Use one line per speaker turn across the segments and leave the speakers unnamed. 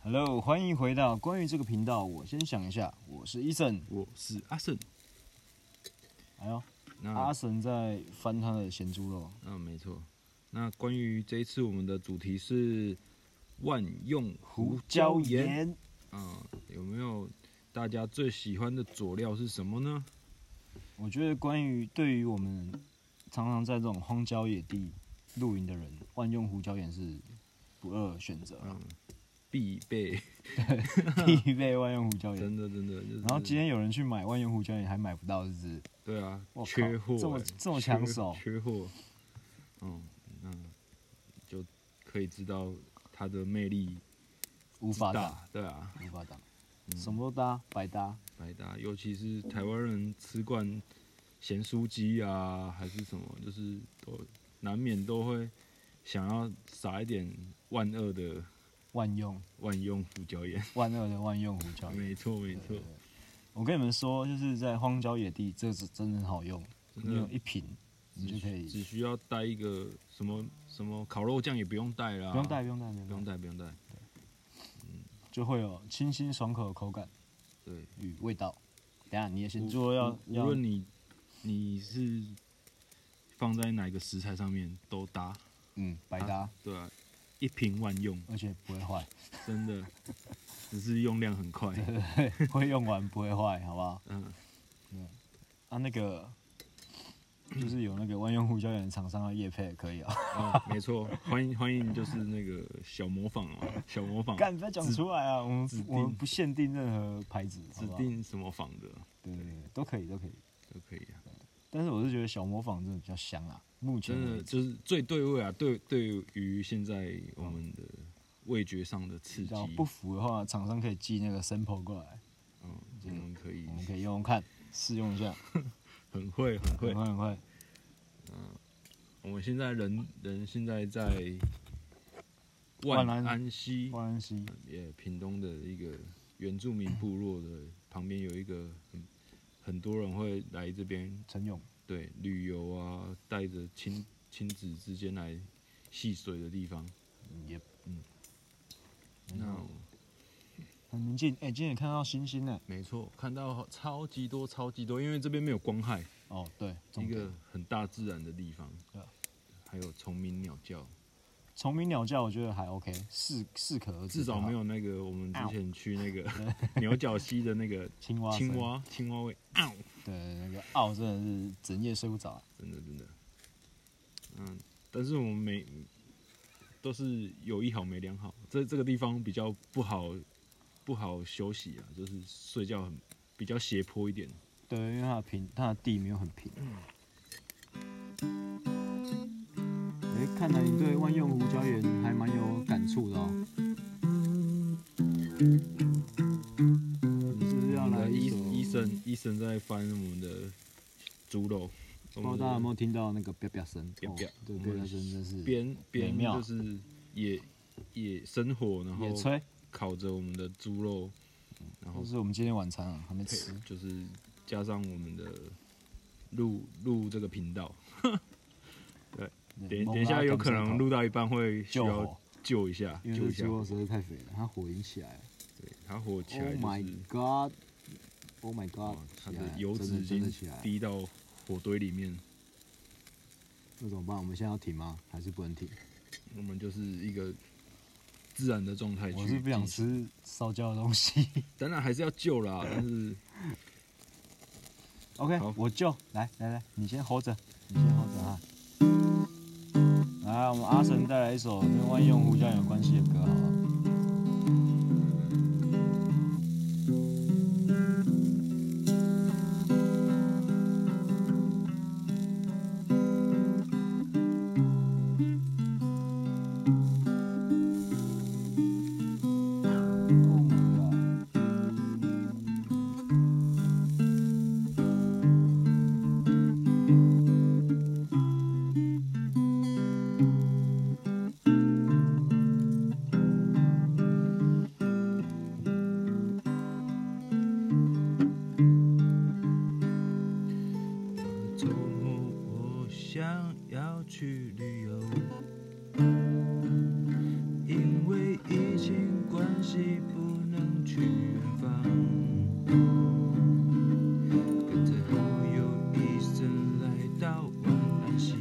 Hello，欢迎回到关于这个频道。我先想一下，我是伊森。
我是阿胜。
哎呦，
那
阿神在翻他的咸猪肉。
嗯，没错。那关于这一次我们的主题是万用胡椒盐。，嗯，有没有大家最喜欢的佐料是什么呢？
我觉得关于对于我们常常在这种荒郊野地露营的人，万用胡椒盐是不二选择了，
嗯，必备，
必备万用胡椒盐。
真的真的。就是、
然后今天有人去买万用胡椒盐还买不到，是不是？
对啊
我，靠
缺货欸、
这么这么抢手
缺缺货。嗯，那就可以知道它的魅力
无
之
法打，
大，对啊，
无法打，
嗯
什么都搭，百搭。
百搭，尤其是台湾人吃惯咸酥鸡啊，还是什么，就是都难免都会想要撒一点万恶的
万用
万用胡椒盐。
万恶的万用胡椒盐。
没错，没错，
我跟你们说，就是在荒郊野地，这是真的很好用。
真
你有
的
一瓶，你就可
只
以
需要带一个什么什么烤肉酱也不用带啦，
不用带，不用带，不
不用
用带，
带，不用带。
就会有清新爽口的口感
对，
与味道。等一下你的咸
无
猪肉要
无无
要
论你你是放在哪个食材上面都搭，
嗯百搭，
对啊，一瓶万用，
而且不会坏，
真的，只是用量很 快。
会用完不会坏，好不好？
嗯，
啊，那个就是有那个万用胡椒盐的厂商要叶配可以啊，
哦，没错，欢迎欢迎，就是那个小模仿 哦，小模仿，
干不要讲出来啊，我们
指定
我们不限定任何牌子，好
指
不好
定什么仿的
对对对都可以都可以。
都可以啊，
但是我是觉得小模仿真的比较香啊，目前
真
为
的
止
就是最对味啊，对对于现在我们的味觉上的刺
只要
激
不，符的话，厂商可以寄那个 sample 过来，
嗯，我们可以
我嗯们可以用用看，试用一下，
很会很
很
会
快，很快。
我们现在人人现在在
万安
万安溪，
万安溪
也屏东的一个原住民部落的旁边有一个很很多人会来这边
陈勇，
对旅游啊，带着亲亲子之间来戏水的地方。
也
那
很宁静。哎、今天也看到星星呢。
没错，看到超级多超级多，因为这边没有光害，
哦，对，
一
重
个
点
很大自然的地方
对啊。
还有虫鸣鸟叫，
虫鸣鸟叫，我觉得还 OK，适适可而止
至
就好，
少没有那个我
啊
们之前去那个 牛角溪的 那个
青蛙声
青。蛙青蛙味，嗷
对，那个澳真的是整夜睡不着啊、
真的真的。嗯，但是我们每都是有一好没两好，这这个地方比较不好不好休息啊，就是睡觉很比较斜坡一点。
对，因为它的平，它的地没有很平。哎、看来你对万用胡椒盐还蛮有感触的哦。你是不是要
我们
来
的
一
医
首？
医生医生在翻我们的猪肉，我
不知道哦大
们
家有没
的
有听到那个啪啪声？
嗯啪啪
哦对，
我
啪
们
啪声真是
边边
美妙
就是野野生火，然
野
后
炊，
烤着我们的猪肉，然后
这是我们今天晚餐啊，还没
配
吃。
就是加上我们的录录这个频道。
对
等等一下，有可能录
猛拉
到一半会需
灯泡救
要
火，
救一下，
因
救
为
一
这
下
猪。肉实在太肥了，它火已经起来了。
对，它火起
Oh
来就
my
是，
god！Oh my
哦
god！
它
起来
的
了
油
真
脂已
真的
经
起来了。
滴到火堆里面，
那怎么办？我们现在要停吗？还是不能停？
我们就是一个自然的状态。
我是不想，吃烧焦的东西。
当然还是要救啦，但是
OK，
好
我就来来来，你先 hold 着，你先 hold 着啊。来，我们阿神带来一首跟万用胡椒有关系的歌，好了。Oh my god！
哦
嗯
惜不能去远方。跟着我又一生来到往南溪，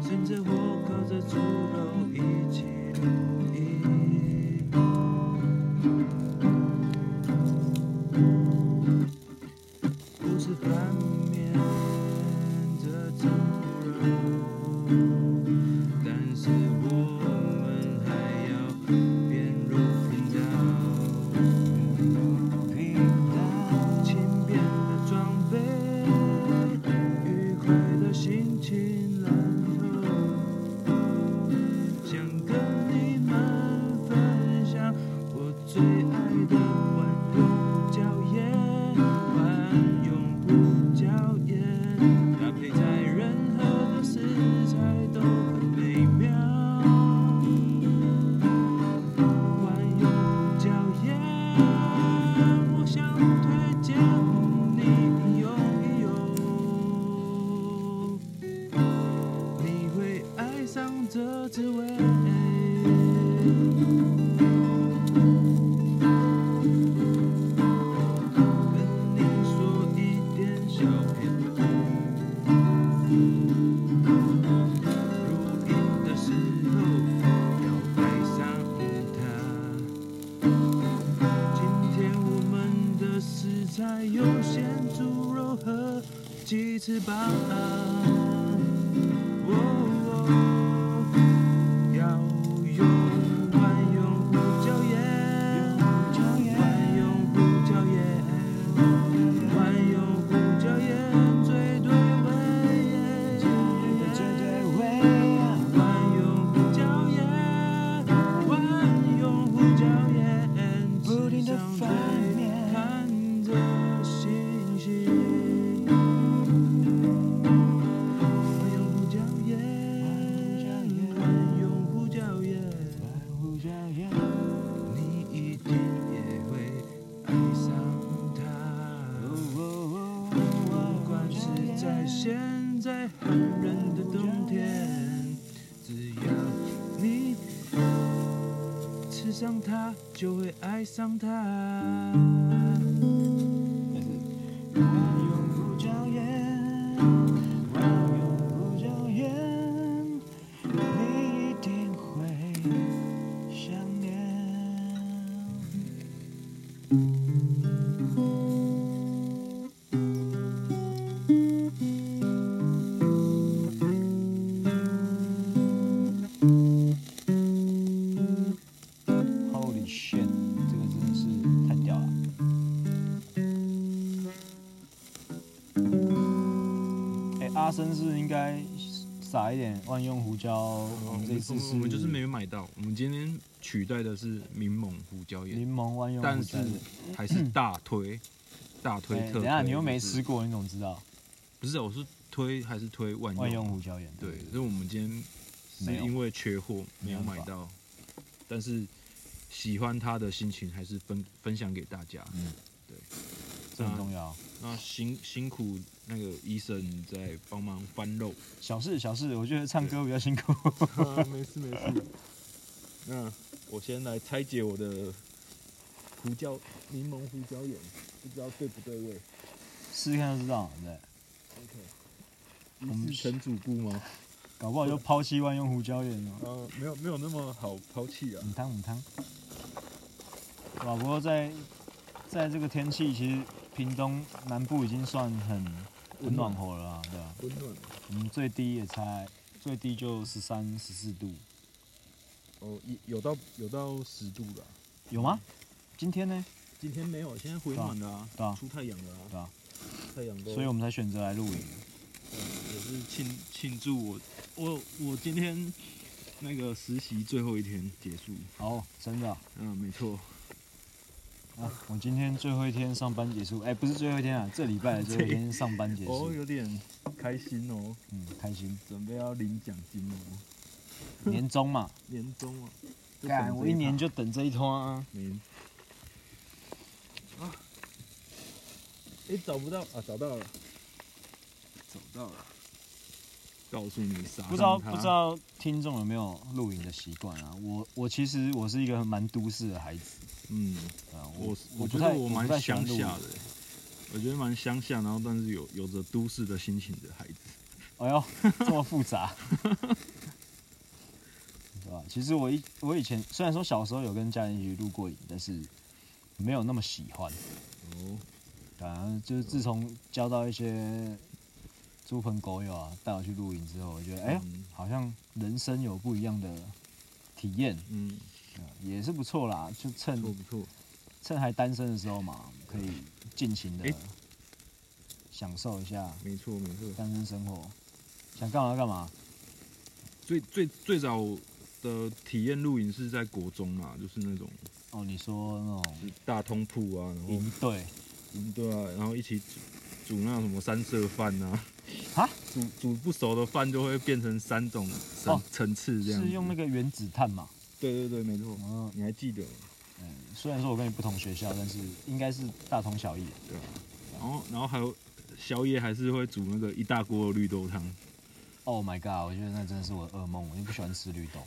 趁着我烤着猪肉一起录音。不是拌面的猪肉，但是我们还要编入频道，频道轻便的装备，愉快的心情，然后想跟你们分享我最爱的万用椒盐，万用胡椒盐，搭配在任何的食材都很美妙。万用胡椒盐，我想推荐你用一用。你会爱上这滋味。跟你说一点小撇步，录音的时候要带上它。今天我们的食材有咸猪肉和鸡翅膀。哦要用万用胡椒盐，万用胡椒盐，万用胡椒盐最对味，万用胡椒盐，万用胡椒盐，不停的翻面，看着星星。万用胡椒盐，万用胡椒盐，
？Oh
你一定也会爱上它。不管是在现在寒冷的冬天，只要你吃上它，就会爱上它。
但是
万用胡椒盐，万用胡椒盐。
你一定会想念。Holy shit，这个真的是太屌了！哎、阿生是应该撒一点万用胡椒。我
我
们
们
这一
哦我
次
们
是
我们就是没有买到，我们今天取代的是柠檬胡椒盐，
柠檬万用
但
胡
是
椒。
还是大推，大推
哎
特推。
等一下你又没
就是
吃过，你怎么知道
不是，我是推还是推万
万用
用？
胡椒盐？
对，所以我们今天
没
是
有
因为缺货没有
没办
买
法
到，但是喜欢它的心情还是分分享给大家。
嗯，
对，
这
啊
很重要。
那辛辛苦那个医生在帮忙翻 肉，
小事小事，我觉得唱歌比较辛苦。
啊没事没事。那我先来拆解我的胡椒柠檬胡椒盐，不知道对不对味。
试试看就知道，对，
我们成主顾吗？
搞不好就抛弃万用胡椒盐哦。
呃，没有没有那么好抛弃啊。
母汤母汤。哇，不过在在这个天气，其实屏东南部已经算很很暖和了啊，对吧、
温暖
我们最低也才最低就十三十四度，
哦，有有到有到十度了啊、
有吗？今天呢？
今天没有，现在回暖了啊，
对啊
出太阳了啊，
对啊，
太阳都，
所以我们才选择来露营。
嗯也是庆庆祝我我我今天那个实习最后一天结束，
哦，真的啊
嗯，没错，
啊！我今天最后一天上班结束，哎、不是最后一天啊，这礼拜的最后一天上班结
哦，
束，
有点开心哦，
嗯，开心。
准备要领奖金哦，
年终 嘛，
年终啊，就等
干
这
我一
趴
年就等这一通啊！
没啊，哎、找不到啊，找到了，找到了，告诉你啥？
不知道不知道听众有没有露营的习惯啊？我我其实我是一个蛮都市的孩子，
嗯，
啊，
我
我
觉
不
得
太
我蛮
不太喜欢
乡
露营
下的。欸，我觉得蛮乡下，然后但是有有着都市的心情的孩子。
哎 呦，这么复杂，对吧？其实我一我以前虽然说小时候有跟家人一起露过营，但是没有那么喜欢。
哦，
啊，就是自从交到一些猪朋狗友啊，带我去露营之后，我觉得哎、
嗯
好像人生有不一样的体验，
嗯，
啊也是不错啦。就
不错
趁
不错。
趁还单身的时候嘛，可以尽情的
诶
享受一下
没错没错。
单身生活，想干嘛干嘛。
最最最早的体验露营是在国中啊，就是那种
哦，你说那种
就是大通铺啊，然后
营队，嗯
对啊，然后一起煮煮那种什么三色饭啊，
啊，
煮煮不熟的饭就会变成三种层、
哦
层次这样子。
是用那个原子炭嘛？
对对对，没错，
嗯
你还记得吗？
嗯，虽然说我跟你不同学校，但是应该是大同小异。
然后然后还有宵夜还是会煮那个一大锅的绿豆汤，
Oh my god！我觉得那真的是我的噩梦，我就不喜欢吃绿豆。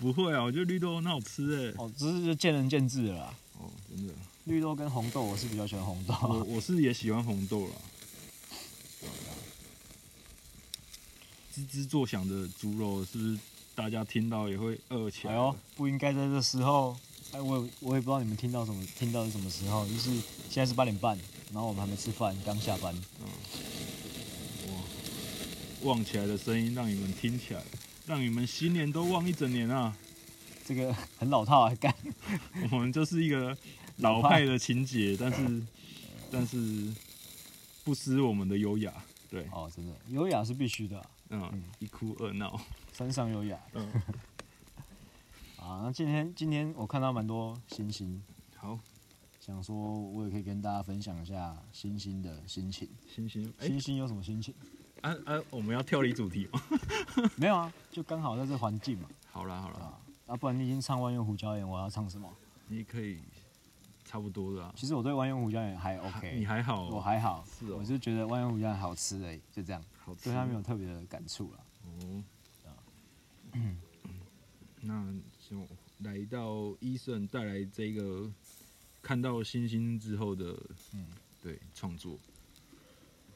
不会啊，我觉得绿豆很好吃哎、
哦，只是就见仁见智了啦。
哦，真的，
绿豆跟红豆，我是比较喜欢红豆。
我我是也喜欢红豆啦。啊吱吱作响的猪肉是不是大家听到也会饿起来？
哎呦，不应该在这时候。哎，我也我也不知道你们听到什么，听到是什么时候？就是现在是八点半，然后我们还没吃饭，刚下班。
哇，望起来的声音让你们听起来，让你们新年都望一整年啊！
这个很老套啊，干。
我们就是一个老派的情节，但是但是不失我们的优雅。对，
哦，真的，优雅是必须的啊、
嗯，一哭二闹，
山上优雅。
嗯，
啊，那今天今天我看到蛮多星星，
好，
想说我也可以跟大家分享一下星星的心情。
星星，哎、
星星嗯有什么心情？
啊啊，我们要跳离主题吗？
没有啊，就刚好在这环境嘛。
好啦好啦，
啊，啊，不然你已经唱万用胡椒盐，我要唱什么？
你可以差不多的啊。
其实我对万用胡椒盐还
还
OK，
你还好哦，
我还好，
是哦
我就觉得万用胡椒盐好吃而已，就这样，
好吃，
对它没啊有特别的感触了。
哦。嗯那就来到医生带来这个看到星星之后的，
嗯
对创作，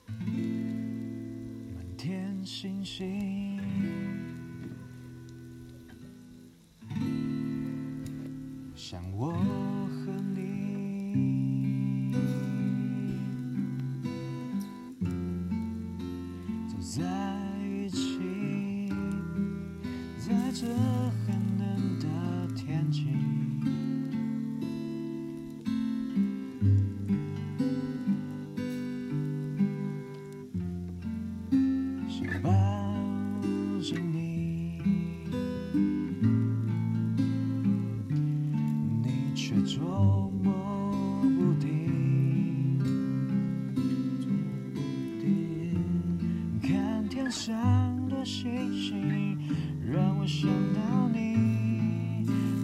满天星星，像我和你，走在一起，在这寒冷的天气。想抱着你，你却捉摸不定。看天上的星星，让我想到你。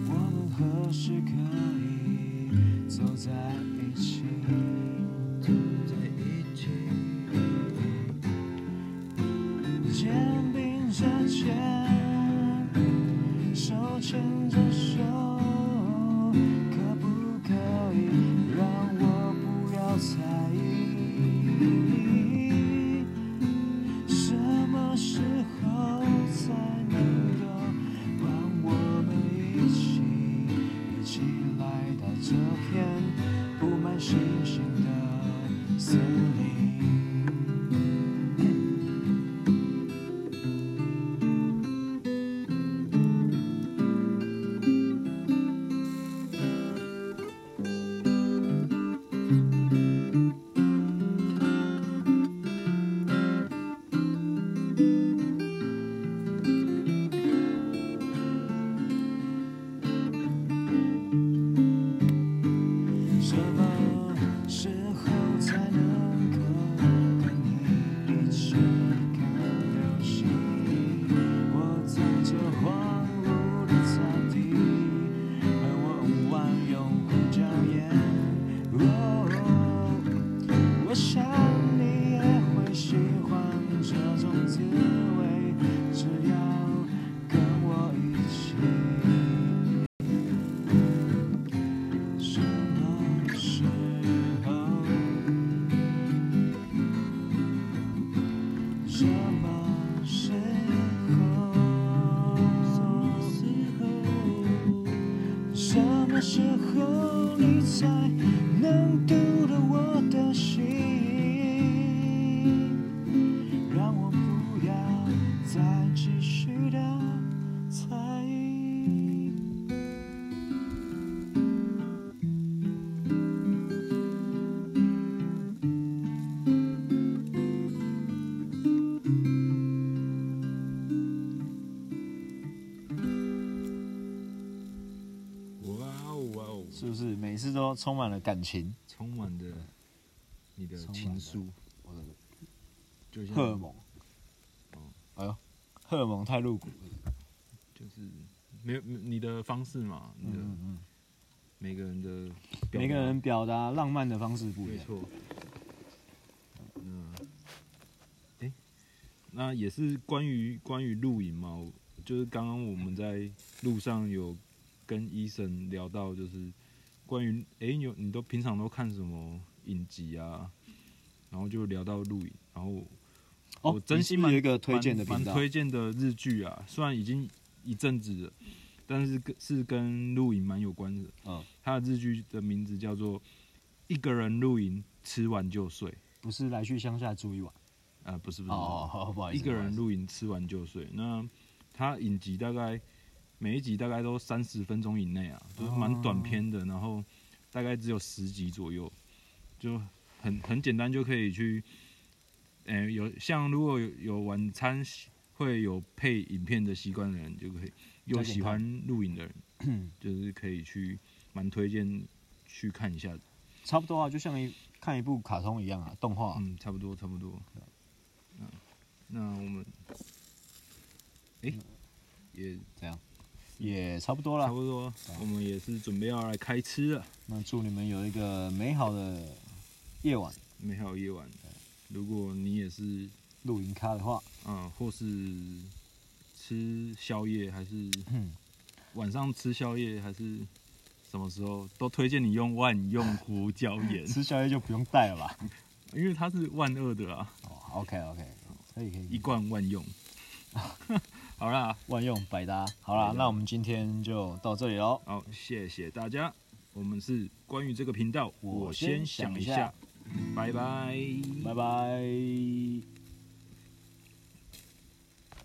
我们何时可以走在一起？走在一起。肩并着肩，手牵着手，可不可以让我不要在意？什么时候才能够让我们一起一起来到这片布满星星的森林？
我
有你才能读懂我的心，让我不要再继续的猜疑。
哇哦哇哦，
是不是每次都充满了感情？
充满的你的
充满
情
了
愫，
我的
就
荷尔
像
蒙
哦，
哎呦，荷尔蒙太露骨了。
就是没有没有你的方式嘛，你
嗯
的
嗯嗯，
每个人的表达
每个人表达浪漫的方式不一
没
样。
错。嗯，哎、那也是关于关于露营嘛，我就是刚刚我们在路上有跟医生聊到，就是关于哎、诶你有你都平常都看什么影集啊？然后就聊到露营，然后
哦
我，真心
你是不
蛮
是有一个推荐的
蛮
频
蛮
道，
推荐的日剧啊，虽然已经一阵子了，但是跟是跟露营蛮有关的。
嗯，
他的日剧的名字叫做《一个人露营吃完就睡》。
不是来去乡下住一晚。
呃，不是不是，
哦，好不好意
一
思，
个
不好意
人
思
露营吃完就睡。那他影集大概每一集大概都三十分钟以内啊，就是蛮短篇的，然后大概只有十集左右，就很很简单就可以去。呃，有像如果有有晚餐喜会有配影片的习惯的人，就可以有
加减
喜欢露营的人，就是可以去蛮推荐去看一下的。
差不多啊，就像一看一部卡通一样啊，动画啊。
嗯，差不多，差不多。嗯，那我们，哎、也
这样，也差不多
差
了。
不多，我们也是准备要来开吃了。
那祝你们有一个美好的夜晚。
美好夜晚，如果你也是，
露营咖的话，
嗯，或是吃宵夜，还是
嗯，
晚上吃宵夜，还是什么时候，都推荐你用万用胡椒盐
吃宵夜就不用带了吧？
因为它是万恶的啊，
哦，OK OK，可以可
一
以，
罐万用。 好啦，
万用百搭。好啦
百，搭
那我们今天就到这里喽。
好，谢谢大家。我们是关于这个频道，
我
我
先
先想
想
一
一下
下，拜拜，
拜拜。